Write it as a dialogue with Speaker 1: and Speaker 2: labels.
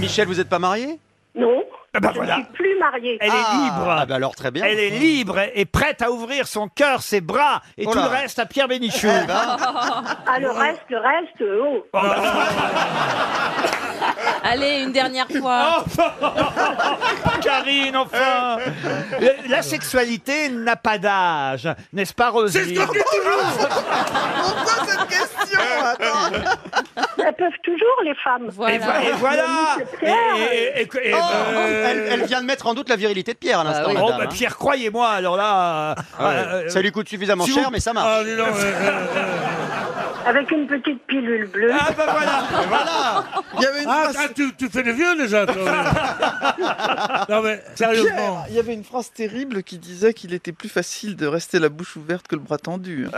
Speaker 1: Michel, vous n'êtes pas marié
Speaker 2: Non.
Speaker 3: Ah bah
Speaker 2: je
Speaker 3: voilà.
Speaker 2: ne suis plus mariée.
Speaker 3: Elle
Speaker 1: Ah,
Speaker 3: est libre.
Speaker 1: ah bah alors très bien.
Speaker 3: Elle est libre et et prête à ouvrir son cœur, ses bras et
Speaker 1: Oh
Speaker 3: tout
Speaker 1: là. Eh ben.
Speaker 3: le reste à Pierre Bénichou.
Speaker 2: Ah, le reste, le reste, oh.
Speaker 4: Allez, une dernière
Speaker 3: Oh
Speaker 4: fois.
Speaker 3: Karine, enfin
Speaker 1: Eh.
Speaker 3: Le- La sexualité n'a pas d'âge, n'est-ce pas, Roselyne
Speaker 5: Pourquoi cette question Attends.
Speaker 2: Elles peuvent toujours, les femmes.
Speaker 3: Et,
Speaker 4: Voilà.
Speaker 3: vo- et voilà
Speaker 2: Pierre.
Speaker 3: Et- et- et- et-
Speaker 1: Oh,
Speaker 3: euh,
Speaker 1: elle, elle vient de mettre en doute la virilité de Pierre à l'instant.
Speaker 4: Ah oui.
Speaker 3: Oh,
Speaker 1: madame,
Speaker 3: bah,
Speaker 1: hein.
Speaker 3: Pierre, croyez-moi, alors là. euh,
Speaker 1: Ah ouais.
Speaker 3: euh,
Speaker 1: ça lui coûte suffisamment
Speaker 3: si
Speaker 1: cher,
Speaker 3: vous-
Speaker 1: mais ça
Speaker 3: Ah,
Speaker 1: marche.
Speaker 3: non, euh,
Speaker 2: Avec une petite pilule bleue.
Speaker 3: ah, bah voilà
Speaker 1: Voilà
Speaker 5: Il y avait une
Speaker 6: Ah,
Speaker 5: phrase.
Speaker 6: ah, tu, tu fais les vieux déjà, toi. non, mais sérieusement.
Speaker 5: Pierre, il y avait une phrase terrible qui disait qu'il était plus facile de rester la bouche ouverte que le bras tendu.